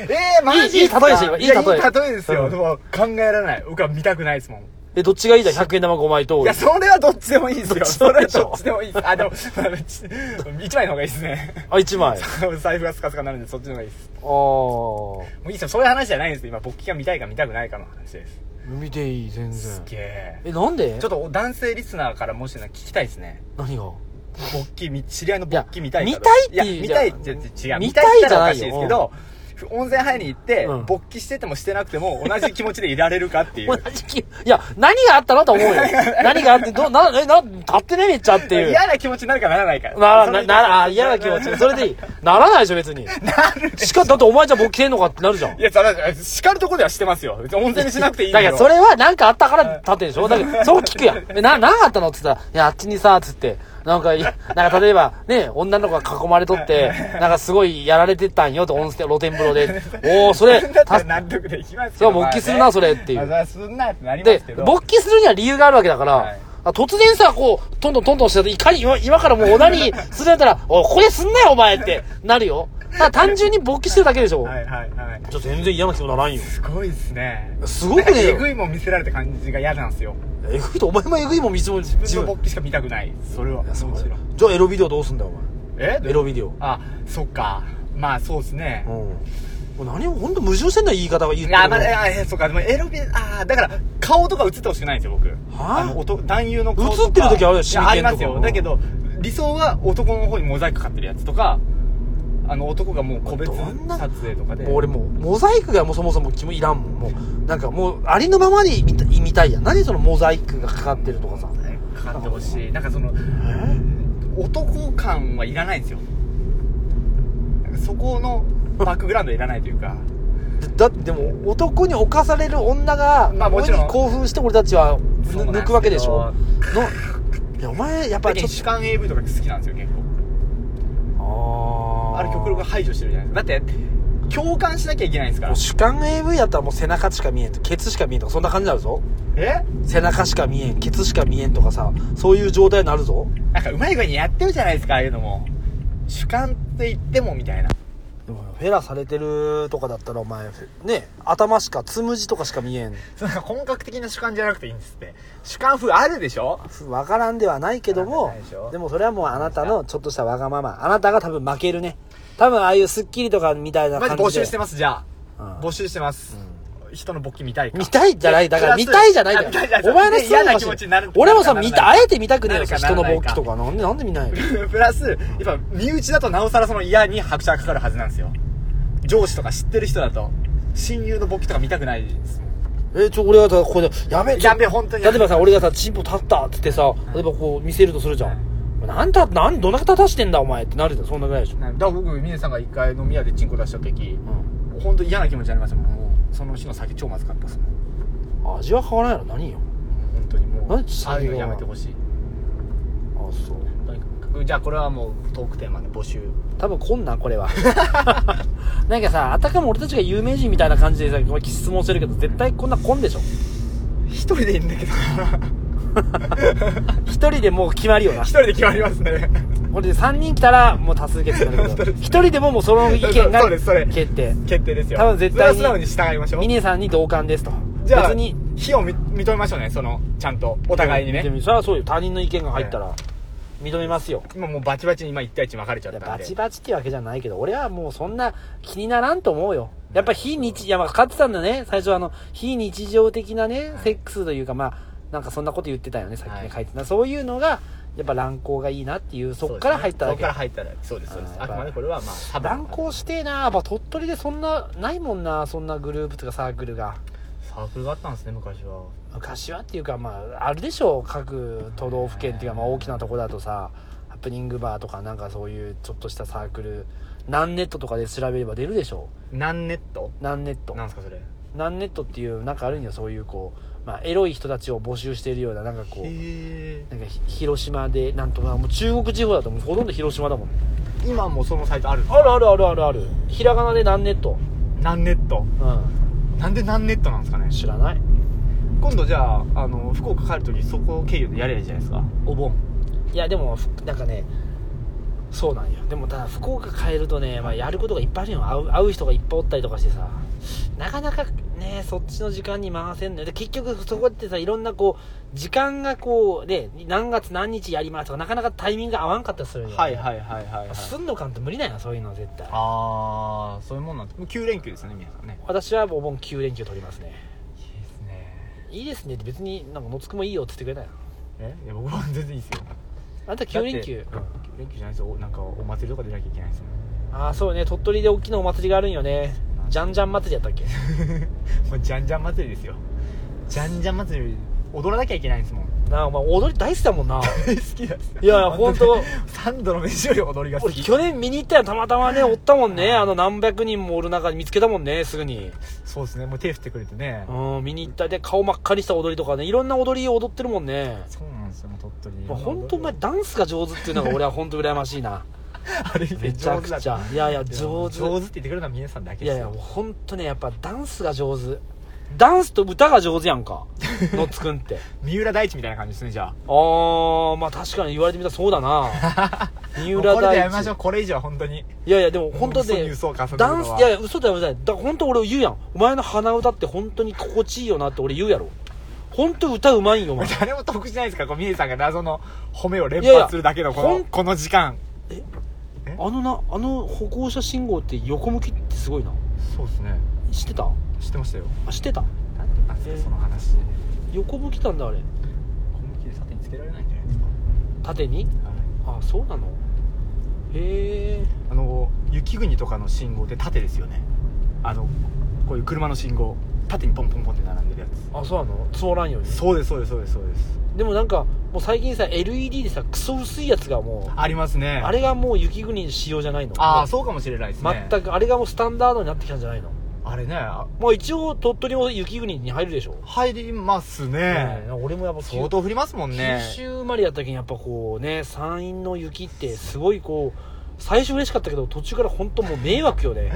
[SPEAKER 2] えー、マジっすか
[SPEAKER 1] いいいい例えですよいい
[SPEAKER 2] や
[SPEAKER 1] 例え
[SPEAKER 2] いい例えですよ、
[SPEAKER 1] うん
[SPEAKER 2] でも考えられない僕は見たくないですもん
[SPEAKER 1] え、どっちがいいだよ、100円玉5枚と。
[SPEAKER 2] いや、それはどっちでもいいですよ。そ
[SPEAKER 1] ど
[SPEAKER 2] れ
[SPEAKER 1] っ
[SPEAKER 2] は
[SPEAKER 1] ちで
[SPEAKER 2] ど
[SPEAKER 1] も
[SPEAKER 2] っちでもいいです。あ、でも、 一枚の方がいいですね。
[SPEAKER 1] あ、1枚。あ
[SPEAKER 2] 財布がスカスカになるんで、そっちの方がいいです。
[SPEAKER 1] ー。
[SPEAKER 2] もういいですよ。そういう話じゃないんです今、勃起が見たいか見たくないかの話です。
[SPEAKER 1] 見ていい、全
[SPEAKER 2] す
[SPEAKER 1] 然。
[SPEAKER 2] げえ。
[SPEAKER 1] え、なんで
[SPEAKER 2] ちょっと男性リスナーからもしなんか聞きたいですね。
[SPEAKER 1] 何が
[SPEAKER 2] 勃起み、知り合いの勃起見たいか
[SPEAKER 1] いや見たいっていう
[SPEAKER 2] や見たいって
[SPEAKER 1] じ
[SPEAKER 2] 違
[SPEAKER 1] ゃ
[SPEAKER 2] う。
[SPEAKER 1] ん
[SPEAKER 2] 見たいじゃおかしいで
[SPEAKER 1] 見たい
[SPEAKER 2] すけ
[SPEAKER 1] じゃない
[SPEAKER 2] ど、温泉入りに行って、
[SPEAKER 1] うん
[SPEAKER 2] 勃起しててもしてなくても同じ気持ちでいられるかって い
[SPEAKER 1] 同
[SPEAKER 2] う。
[SPEAKER 1] じ気いや、何があったのと 思うよ。何があって、ど、な、え、な、買ってねめっちゃっていう。
[SPEAKER 2] 嫌な気持ちになるかならないか。
[SPEAKER 1] なら、
[SPEAKER 2] それ
[SPEAKER 1] な、
[SPEAKER 2] で
[SPEAKER 1] なら、あ嫌な気持ち。それでいい。ならないでしょ、別に。
[SPEAKER 2] なる
[SPEAKER 1] しか、だってお前じゃボケてんのかってなるじゃん。
[SPEAKER 2] いや、それ、叱るとこではしてますよ。別に温泉にしなくていい
[SPEAKER 1] だ
[SPEAKER 2] け
[SPEAKER 1] か
[SPEAKER 2] ど。
[SPEAKER 1] ら、それはなんかあったから立ってんでしょだから、そう聞くやん。え、な、何があったのって言ったら、いや、あっちにさ、つって。なんか、いやなんか例えば、ね、女の子が囲まれとって、なんかすごいやられてたんよと、温泉、露天風呂 で。おー、それ、
[SPEAKER 2] だったら
[SPEAKER 1] た
[SPEAKER 2] 納得できますけ
[SPEAKER 1] そ
[SPEAKER 2] ど
[SPEAKER 1] う、勃起するな、そ
[SPEAKER 2] れ。
[SPEAKER 1] れってい
[SPEAKER 2] まあ
[SPEAKER 1] う
[SPEAKER 2] そ。れはすんなってなりま
[SPEAKER 1] です
[SPEAKER 2] けど。、
[SPEAKER 1] 勃起するには理由があるわけだから、
[SPEAKER 2] はい
[SPEAKER 1] あ突然さ、こう、トントントントンしてると、いかに今今からもうオナニーするんだったら、おいここですんなよ、お前ってなるよ。ただ単純に勃起してるだけでしょ。
[SPEAKER 2] はいはいはい。
[SPEAKER 1] じゃあ全然嫌な気もならんよ。
[SPEAKER 2] すごいですね。
[SPEAKER 1] すごくね
[SPEAKER 2] なんかえぐいもん見せられた感じが嫌なんですよ。
[SPEAKER 1] えぐいと、お前もえぐいもん見つも自
[SPEAKER 2] 自分の
[SPEAKER 1] 分。
[SPEAKER 2] 勃起しか見たくない。それは。もちろん。
[SPEAKER 1] じゃあエロビデオどうすんだよ、お
[SPEAKER 2] え
[SPEAKER 1] 前。エロビデオ。
[SPEAKER 2] あ、そっか。まあそうですね
[SPEAKER 1] うん。。もう何も、ほんと矛盾してんだよ、言い方が言ってる
[SPEAKER 2] あ、
[SPEAKER 1] の
[SPEAKER 2] まあ、あえそっか。でもエロビ、あだから、顔とか映ってほしくないんですよ、僕。
[SPEAKER 1] あ
[SPEAKER 2] あの、男男優の顔とか。
[SPEAKER 1] 映ってる時あるよ
[SPEAKER 2] いやあります
[SPEAKER 1] 真剣と
[SPEAKER 2] よ。
[SPEAKER 1] か
[SPEAKER 2] だけど、理想は男の方にモザイクかかってるやつとか、あの、男がもう個別撮
[SPEAKER 1] どんな
[SPEAKER 2] 影とかで。
[SPEAKER 1] もう俺もうモザイクがもうそもそも気もいらんもんもうなんかもうありのままに見た見たいやん何そのモザイクがかかってるとかさ
[SPEAKER 2] かかってほしい。なんかその、男感はいらないんですよなんかそこのバックグラウンドいらないという か
[SPEAKER 1] だってでも男に侵される女が、
[SPEAKER 2] まあもちろん
[SPEAKER 1] に興奮して俺たちはぬ
[SPEAKER 2] そうなんで
[SPEAKER 1] 抜
[SPEAKER 2] すよ
[SPEAKER 1] くわけでしょのいやお前やっぱり
[SPEAKER 2] 最近
[SPEAKER 1] ち
[SPEAKER 2] 主
[SPEAKER 1] ょっ
[SPEAKER 2] 観 AV とか好きなんですよ結構
[SPEAKER 1] と
[SPEAKER 2] あれ極力排除してるじゃないですかだって共感しなきゃいけないんです
[SPEAKER 1] も
[SPEAKER 2] から
[SPEAKER 1] う主観 AV やったらもう背中しか見えんとケツしか見えんとかそんな感じになるぞ
[SPEAKER 2] え
[SPEAKER 1] 背中しか見えんケツしか見えんとかさそういう状態になるぞ
[SPEAKER 2] なんかうまい具合にやってるじゃないですかああいうのも主観って言ってもみたいな
[SPEAKER 1] でもフェラされてるとかだったらお前ね頭しかつむじとかしか見えん
[SPEAKER 2] そんな本格的な主観じゃなくていいんですって主観風あるでしょ
[SPEAKER 1] わからんではないけど
[SPEAKER 2] わか
[SPEAKER 1] も
[SPEAKER 2] んないでしょ
[SPEAKER 1] でもそれはもうあなたのちょっとしたわがままあなたが多分負けるね多分ああいうスッキリとかみたいな
[SPEAKER 2] マジ
[SPEAKER 1] 感じで
[SPEAKER 2] 募集してますじゃ
[SPEAKER 1] う
[SPEAKER 2] あ、
[SPEAKER 1] ん
[SPEAKER 2] 募集してます、人の勃起見たいか
[SPEAKER 1] 見たいじゃないだから
[SPEAKER 2] プラ
[SPEAKER 1] 見
[SPEAKER 2] ス
[SPEAKER 1] たいじゃないん
[SPEAKER 2] あ見
[SPEAKER 1] だ
[SPEAKER 2] たいじゃ
[SPEAKER 1] よ
[SPEAKER 2] ない
[SPEAKER 1] お前の
[SPEAKER 2] 嫌な
[SPEAKER 1] 好き
[SPEAKER 2] 気
[SPEAKER 1] の
[SPEAKER 2] 持ちになる
[SPEAKER 1] 俺もさ
[SPEAKER 2] なる
[SPEAKER 1] 見たあえて見たくねえよ
[SPEAKER 2] なるか
[SPEAKER 1] 人の
[SPEAKER 2] ならない
[SPEAKER 1] 勃
[SPEAKER 2] か
[SPEAKER 1] 起とかなんでなんで見ないの
[SPEAKER 2] プラスやっぱ身内だとなおさらその嫌に拍車がかかるはずなんですよ上司とか知ってる人だと親友の勃起とか見たくないですもん
[SPEAKER 1] えちょ俺がさここでやべえちょ
[SPEAKER 2] やべえ本当に
[SPEAKER 1] 例えばさ俺がさチンポ立ったっつってさ例えばこう見せるとするじゃんなんたなんどんな立たしてんだお前ってなるじゃんそんなぐらいでしょ
[SPEAKER 2] だから僕峰さんが一回飲み屋でチンコ出した時本当嫌な気持ちになりましたもんもうその日の酒超まずかったですもんも
[SPEAKER 1] うん味は変わらないの何よ
[SPEAKER 2] う本当にもう
[SPEAKER 1] なんで酒が
[SPEAKER 2] ああいうのやめてほしい
[SPEAKER 1] あそう
[SPEAKER 2] とにかくじゃあこれはもうトークテーマで募集
[SPEAKER 1] 多分こんなんこ れは なんかさあたかも俺たちが有名人みたいな感じでさこう質問してるけど絶対こんなこんでしょ
[SPEAKER 2] 一人でいいんだけどな
[SPEAKER 1] 一人でもう決まりよな
[SPEAKER 2] 一人で決まりますね
[SPEAKER 1] これで3人来たらもう多数決になるけど 一人でももうその意見が
[SPEAKER 2] そうですそれ
[SPEAKER 1] 決定
[SPEAKER 2] 決定ですよ
[SPEAKER 1] 多分絶対に
[SPEAKER 2] それは素直に従いましょう
[SPEAKER 1] 峰さんに同感ですと
[SPEAKER 2] じゃあ
[SPEAKER 1] 別に
[SPEAKER 2] 非を認認めましょうねそのちゃんとお互いに
[SPEAKER 1] で
[SPEAKER 2] ね
[SPEAKER 1] もそれはそうよ他人の意見が入ったら認めますよ
[SPEAKER 2] 今もうバチバチに今1対1分かれちゃったんで
[SPEAKER 1] バチバチってわけじゃないけど俺はもうそんな気にならんと思うよやっぱ非日いやまあ勝ってたんだね最初はあの非日常的なね、
[SPEAKER 2] はい
[SPEAKER 1] セックスというかまあなんかそんなこと言ってたよねさっきね、
[SPEAKER 2] はい
[SPEAKER 1] 書いてたそういうのがやっぱ乱行がいいなっていうそっから入っただけ、
[SPEAKER 2] そうですねそっから入っただけそうですそうです
[SPEAKER 1] あー
[SPEAKER 2] あくまでこれはまあ多分
[SPEAKER 1] 乱行してえなやっぱ鳥取でそんなないもんなそんなグループとかサークルが
[SPEAKER 2] サークルがあったんですね昔は
[SPEAKER 1] 昔はっていうかまああるでしょう各都道府県っていうかまあ大きなとこだとさハプニングバーとかなんかそういうちょっとしたサークルナンネットとかで調べれば出るでしょ
[SPEAKER 2] 何ネット
[SPEAKER 1] うナンネット
[SPEAKER 2] なんですかそれへ
[SPEAKER 1] ナンネットっていうなんかあるんよそういうこう、まあ、エロい人たちを募集しているようななんかこう
[SPEAKER 2] え
[SPEAKER 1] なんかひ広島でなんとかもう中国地方だともうほとんど広島だもん
[SPEAKER 2] 今もそのサイトある
[SPEAKER 1] あるあるあるあるあるひらがなでナンネット
[SPEAKER 2] 何ネット
[SPEAKER 1] うん
[SPEAKER 2] なんで何ネットなんですかね
[SPEAKER 1] 知らない
[SPEAKER 2] 今度じゃああの福岡帰る時そこ経由でやればいいじゃないですかお盆
[SPEAKER 1] いやでもふなんかねそうなんよでもただ福岡帰るとね、まあ、やることがいっぱいあるよ会う会う人がいっぱいおったりとかしてさなかなかねそっちの時間に回せんのよで結局そこってさいろんなこう時間がこうで何月何日やりますとかなかなかタイミングが合わんかったりするんよ、
[SPEAKER 2] はいはいはいはい、はい、
[SPEAKER 1] すんのかんって無理なんやそういうの絶対
[SPEAKER 2] ああそういうもんなんですもう9連休ですよね皆さんね
[SPEAKER 1] 私はお盆9連休取りますね
[SPEAKER 2] いいですね
[SPEAKER 1] いいですねって別になんかのつくもいいよって言ってくれたよ
[SPEAKER 2] えいや僕は全然いいですよ
[SPEAKER 1] あんた9連休
[SPEAKER 2] だって9連休じゃないですよおなんかお祭りとか出なきゃいけないですも
[SPEAKER 1] ああそうね鳥取で大きなお祭りがあるんよねじゃんじゃん祭りやったっけ
[SPEAKER 2] ん もうじゃんじゃん祭りですよじゃんじゃん祭り踊らなきゃいけないんですもん
[SPEAKER 1] なあお前踊り大好きだもん な
[SPEAKER 2] 大好きなんですよ
[SPEAKER 1] いや本当
[SPEAKER 2] 3度の飯より踊りが好
[SPEAKER 1] 俺
[SPEAKER 2] き
[SPEAKER 1] 去年見に行ったらたまたまねおったもんねあの何百人もおる中に見つけたもんねすぐに
[SPEAKER 2] そうですねもう手振ってくれてね
[SPEAKER 1] うん見に行ったで顔真っ赤にした踊りとかねいろんな踊りを踊ってるもんね
[SPEAKER 2] そうなんですよもう鳥取
[SPEAKER 1] まあ本当お前ダンスが上手っていうのが俺は本当羨ましいな
[SPEAKER 2] 歩いて
[SPEAKER 1] めちゃ
[SPEAKER 2] 上
[SPEAKER 1] く
[SPEAKER 2] 手だ
[SPEAKER 1] ちゃいやいや上
[SPEAKER 2] 上
[SPEAKER 1] 手
[SPEAKER 2] 手上手って言ってくれるのは皆さんだけ
[SPEAKER 1] い や
[SPEAKER 2] で
[SPEAKER 1] い
[SPEAKER 2] す
[SPEAKER 1] や
[SPEAKER 2] よ
[SPEAKER 1] 本当ねやっぱダンスが上手ダンスと歌が上手やん かのっつくんって
[SPEAKER 2] 三浦大知みたいな感じですねじゃあ
[SPEAKER 1] あーまあ確かに言われてみたらそうだ な三浦
[SPEAKER 2] もうこれでや
[SPEAKER 1] 大
[SPEAKER 2] めましょう
[SPEAKER 1] 知
[SPEAKER 2] これ以上は本当に
[SPEAKER 1] いやいやでも本当
[SPEAKER 2] 嘘に
[SPEAKER 1] で
[SPEAKER 2] 嘘を重ねるのは
[SPEAKER 1] ダンスいやいや嘘だよ嘘だよだから本当俺言うやんお前の鼻歌って本当に心地いいよなって俺言うやろ本当歌うまいんよお前
[SPEAKER 2] 誰も得しないですからこう峰さんが謎の褒めを連
[SPEAKER 1] いやいや
[SPEAKER 2] 発するだけのこ
[SPEAKER 1] ほん
[SPEAKER 2] のこの時間
[SPEAKER 1] あのなあの歩行者信号って横向きってすごいな
[SPEAKER 2] そうですね
[SPEAKER 1] 知ってた
[SPEAKER 2] 知ってましたよ
[SPEAKER 1] あ知ってた
[SPEAKER 2] 何だったんですかその話
[SPEAKER 1] 横向きなんだあれ
[SPEAKER 2] 小麦で縦につけられないんじゃないですか
[SPEAKER 1] 縦にあそうなのへえ
[SPEAKER 2] あの雪国とかの信号って縦ですよねあのこういう車の信号縦にポンポンポンって並んでるや
[SPEAKER 1] あそうなの通らんように
[SPEAKER 2] つそうですそうですそうですそうです
[SPEAKER 1] でもなんかもう最近さ LED でさクソ薄いやつがもう
[SPEAKER 2] ありますね
[SPEAKER 1] あれがもう雪国仕様じゃないの
[SPEAKER 2] あ
[SPEAKER 1] も
[SPEAKER 2] あそうかもしれないです
[SPEAKER 1] う
[SPEAKER 2] ね
[SPEAKER 1] 全くあれがもうスタンダードになってきたんじゃないの
[SPEAKER 2] あれねあ
[SPEAKER 1] まあ一応鳥取も雪国に入るでしょ
[SPEAKER 2] 入ります
[SPEAKER 1] ねえ
[SPEAKER 2] ね
[SPEAKER 1] 俺もやっぱ九
[SPEAKER 2] 相当降りますもんね
[SPEAKER 1] 九州生まれやった時にやっぱこうね山陰の雪ってすごいこう最初嬉しかったけど途中から本当もう迷惑よね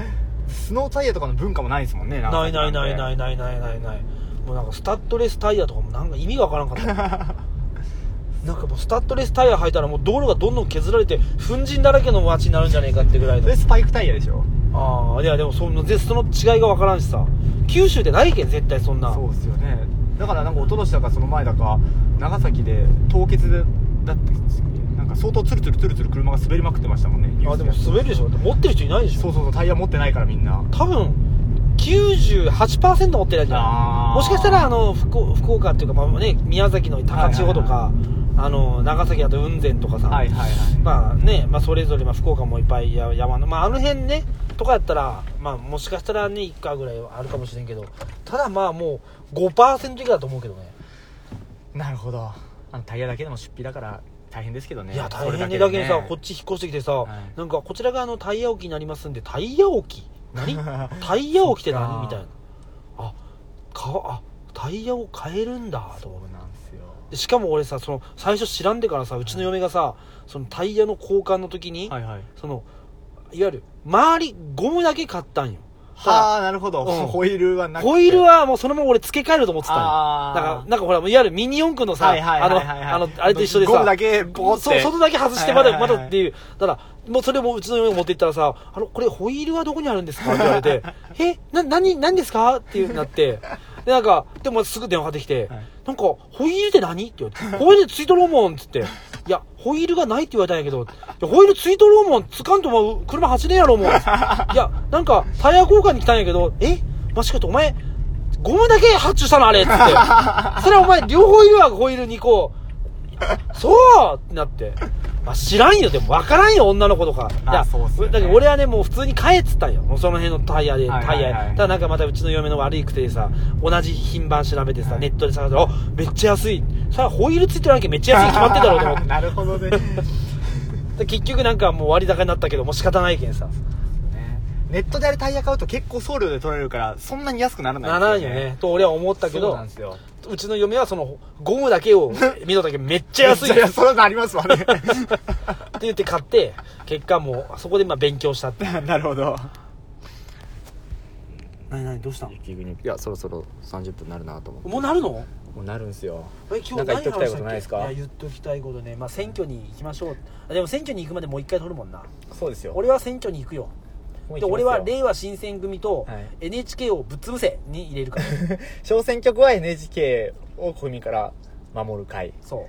[SPEAKER 2] スノータイヤとかの文化もないですもんね
[SPEAKER 1] ないないないないいないないないないもうなんかスタッドレスタイヤとかもなんか意味がわからんかった なんかもうスタッドレスタイヤ履いたらもう道路がどんどん削られて粉塵だらけの街になるんじゃねえかってぐらい
[SPEAKER 2] そ
[SPEAKER 1] の
[SPEAKER 2] れスパイクタイヤでしょ
[SPEAKER 1] ああいやでもそのぜその違いがわからんしさ九州でないけん絶対そんな
[SPEAKER 2] そうですよねだからなんかおととしだかその前だか長崎で凍結だってなんか相当ツルツルツルツル車が滑りまくってましたもんねニュー
[SPEAKER 1] あ
[SPEAKER 2] ス
[SPEAKER 1] でも滑るでしょだって持ってる人いないでしょ
[SPEAKER 2] そうそうそうタイヤ持ってないからみんな
[SPEAKER 1] 多分98%持ってないんじゃ
[SPEAKER 2] あ
[SPEAKER 1] な
[SPEAKER 2] ー
[SPEAKER 1] いもしかしたらあの福岡福岡っていうか、まあね、宮崎の高千穂とか、
[SPEAKER 2] は
[SPEAKER 1] あの長崎だと雲仙とかさ、
[SPEAKER 2] はい はいはい
[SPEAKER 1] まあねまあ、それぞれ、まあ、福岡もいっぱいや山の、まあ、あの辺ねとかやったら、まあ、もしかしたらね1回ぐらいはあるかもしれんけどただまあもう5%以下だと思うけどね
[SPEAKER 2] なるほどあのタイヤだけでも出費だから大変ですけどね
[SPEAKER 1] いや大変
[SPEAKER 2] それ
[SPEAKER 1] ね
[SPEAKER 2] で
[SPEAKER 1] だ
[SPEAKER 2] ね
[SPEAKER 1] けどさこっち引っ越してきてさ、
[SPEAKER 2] い
[SPEAKER 1] なんかこちら側のタイヤ置きにな りますんでタイヤ置き何タイヤ置きって
[SPEAKER 2] そっか
[SPEAKER 1] 何みたいなあかあタイヤを変えるんだと思
[SPEAKER 2] そうなんですよ
[SPEAKER 1] うでしかも俺さその最初知らんでからさうちの嫁がさ、そのタイヤの交換の時に、
[SPEAKER 2] はいはい
[SPEAKER 1] そのいわゆる周りゴムだけ買ったんよ
[SPEAKER 2] はあなるほど、
[SPEAKER 1] うん
[SPEAKER 2] ホイールはなくて
[SPEAKER 1] ホイールはもうそのまま俺付け替えると思ってたんよ
[SPEAKER 2] あ
[SPEAKER 1] だ
[SPEAKER 2] ー
[SPEAKER 1] からなんかほらいわゆるミニ四駆のさ、
[SPEAKER 2] はいはいはいはいはい
[SPEAKER 1] あのあのあれと一緒でさ
[SPEAKER 2] ゴムだけポコって
[SPEAKER 1] そう外だけ外してまだ
[SPEAKER 2] はい
[SPEAKER 1] ま
[SPEAKER 2] はい
[SPEAKER 1] だ
[SPEAKER 2] はいはい
[SPEAKER 1] っていうだからもうそれもうちの嫁が持って行ったらさ「あのこれホイールはどこにあるんですか?」って言われて「えな何何ですか?」っていうなってでなんかでもすぐ電話かかってきて「
[SPEAKER 2] はい
[SPEAKER 1] なんかホイールって何?」って言われて「ホイールついとろうもん」っつって「いやホイールがないって言われたんやけどいやホイールついとろうもんつかんともう車走れんやろもん」いやなんかタイヤ交換に来たんやけどえマシかとお前ゴムだけ発注したのあれっつって。それはお前、両方いるわ、ホイール2個。そうってなって。まあ、知らんよ、でも分からんよ、女の子とか。
[SPEAKER 2] あ
[SPEAKER 1] いや
[SPEAKER 2] そうっすよね
[SPEAKER 1] だから俺はね、もう普通に買えっつったんよ。もうその辺のタイヤで、
[SPEAKER 2] はい
[SPEAKER 1] タ
[SPEAKER 2] はい
[SPEAKER 1] イ
[SPEAKER 2] は
[SPEAKER 1] ヤ
[SPEAKER 2] い
[SPEAKER 1] で。ただなんかまたうちの嫁の悪いくてさ、同じ品番調べてさ、ネットで探したら、あ、めっちゃ安い。さあ、ホイールついてるわけめっちゃ安いに決まってんだろうと思って。
[SPEAKER 2] なるほどね
[SPEAKER 1] で結局なんかもう割高になったけど、もう仕方ないけんさ。
[SPEAKER 2] ねネットであれタイヤ買うと結構送料で取られるからそんなに安くならない
[SPEAKER 1] ならんよね。と俺は思ったけ
[SPEAKER 2] そう
[SPEAKER 1] ど
[SPEAKER 2] なん、ですよ
[SPEAKER 1] うちの嫁はその、ゴムだけ を見ただけめっちゃ安い
[SPEAKER 2] い。やそれはなりますわね
[SPEAKER 1] って言って買って結果もうそこでまあ勉強したって
[SPEAKER 2] なるほど
[SPEAKER 1] 何何どうした
[SPEAKER 2] 雪国いやそろそろ30分なるなと思って
[SPEAKER 1] もうなるの
[SPEAKER 2] もうなるんですよ
[SPEAKER 1] え今日
[SPEAKER 2] なんか言っときたいこ
[SPEAKER 1] 何話したっ
[SPEAKER 2] と
[SPEAKER 1] け
[SPEAKER 2] ないですか
[SPEAKER 1] や言っときたいことねまあ選挙に行きましょうあでも選挙に行くまでもう一回取るもんな
[SPEAKER 2] そうですよ
[SPEAKER 1] 俺は選挙に行くよ
[SPEAKER 2] も
[SPEAKER 1] で
[SPEAKER 2] う行きますよ
[SPEAKER 1] 俺は令和新選組と
[SPEAKER 2] はい
[SPEAKER 1] NHK をぶっ潰せに入れる から
[SPEAKER 2] 小選挙区は NHK を国民から守る会
[SPEAKER 1] そ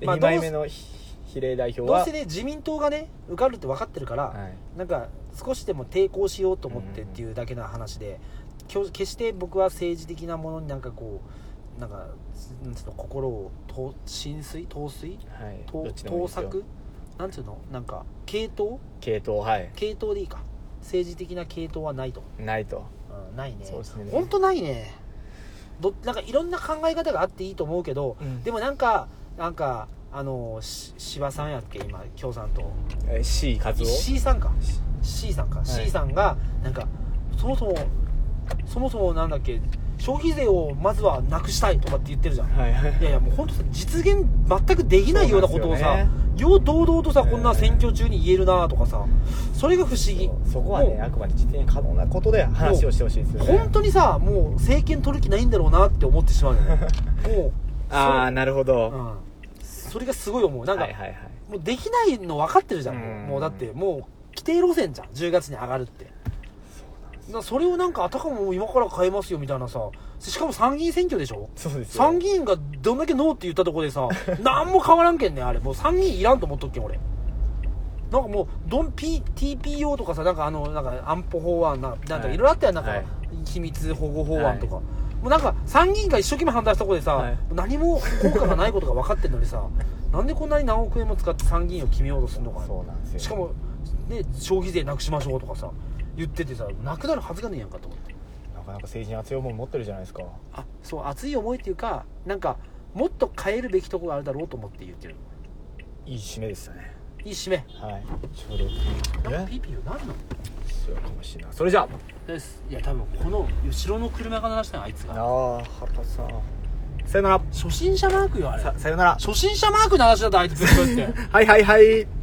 [SPEAKER 1] う
[SPEAKER 2] で、
[SPEAKER 1] まあ
[SPEAKER 2] 2
[SPEAKER 1] どう
[SPEAKER 2] 枚目
[SPEAKER 1] せ
[SPEAKER 2] の比比例代表
[SPEAKER 1] どう
[SPEAKER 2] は
[SPEAKER 1] せね自民党がね受かるって分かってるから、
[SPEAKER 2] はい
[SPEAKER 1] なんか少しでも抵抗しようと思ってっていうだけの話で、きょ決して僕は政治的なものになんかこうなんかなんつうの心をと浸水陶酔
[SPEAKER 2] はい
[SPEAKER 1] と
[SPEAKER 2] どっちでもいい
[SPEAKER 1] 盗
[SPEAKER 2] ですよ
[SPEAKER 1] 作なんつうのなんか系統
[SPEAKER 2] 系統はい
[SPEAKER 1] 系統でいいか政治的な系統はないと、
[SPEAKER 2] ないと
[SPEAKER 1] うん、ないね
[SPEAKER 2] そうですね
[SPEAKER 1] 本当ないねどなんかいろんな考え方があっていいと思うけど、
[SPEAKER 2] うん
[SPEAKER 1] でもなんかなんかあのし柴さんやっけ今共産党
[SPEAKER 2] えー C 和夫
[SPEAKER 1] C さんか C さんか、
[SPEAKER 2] い
[SPEAKER 1] C さんがなんかそもそもそもそもなんだっけ消費税をまずはなくしたいとかって言ってるじゃん
[SPEAKER 2] はいはい
[SPEAKER 1] いやいやもう本当さ実現全くできないようなことを
[SPEAKER 2] そう
[SPEAKER 1] さ
[SPEAKER 2] なん
[SPEAKER 1] よう堂々とさこんな
[SPEAKER 2] ええ
[SPEAKER 1] 選挙中に言えるなとかさそれが不思議
[SPEAKER 2] そこはね
[SPEAKER 1] も
[SPEAKER 2] あくまで実現可能なことで話をしてほしいです
[SPEAKER 1] う
[SPEAKER 2] よね
[SPEAKER 1] 本当にさもう政権取る気ないんだろうなって思ってしまうよ ねもう
[SPEAKER 2] ああなるほど、
[SPEAKER 1] そううんそれがすごい思うなんか
[SPEAKER 2] はいはいはい
[SPEAKER 1] もうできないの分かってるじゃんもう
[SPEAKER 2] うん
[SPEAKER 1] もうだってもう規定路線じゃん10月に上がるってなそれをなんかあたかも今から変えますよみたいなさしかも参議院選挙でしょ
[SPEAKER 2] そうですよ
[SPEAKER 1] 参議院がどんだけノーって言ったとこで さ何も変わらんけんねあれもう参議院いらんと思っとっけん俺なんかもうどん、P、TPO とかさなんかあのなんか安保法案ななんだ
[SPEAKER 2] はい
[SPEAKER 1] いろいろあったやんなんか、
[SPEAKER 2] はい
[SPEAKER 1] 秘密保護法案とか、もうなんか参議院が一生懸命判断したとこでさ、
[SPEAKER 2] はい
[SPEAKER 1] 何も効果がないことが分かってんのに さなんでこんなに何億円も使って参議院を決めようとするのか
[SPEAKER 2] そうなんですよ
[SPEAKER 1] しかも、ね、消費税なくしましょうとかさ言っててさなくなるはずがねえやんかと思って
[SPEAKER 2] ななかなか政治に熱い思い持ってるじゃないですか
[SPEAKER 1] あそう熱い思いっていうかなんかもっと変えるべきとこがあるだろうと思って言ってる
[SPEAKER 2] いい締めですよね
[SPEAKER 1] いい締め
[SPEAKER 2] はいちょうどいい
[SPEAKER 1] なんかピーピー何なの
[SPEAKER 2] そうかもしれないそれじゃ
[SPEAKER 1] ですいや多分この後ろの車が鳴らしたのあいつ
[SPEAKER 2] あ
[SPEAKER 1] が
[SPEAKER 2] あ腹立つなさよなら
[SPEAKER 1] 初心者マークよあれ
[SPEAKER 2] ささよなら
[SPEAKER 1] 初心者マーク鳴らしだったあいつぶっとって
[SPEAKER 2] はいはいはい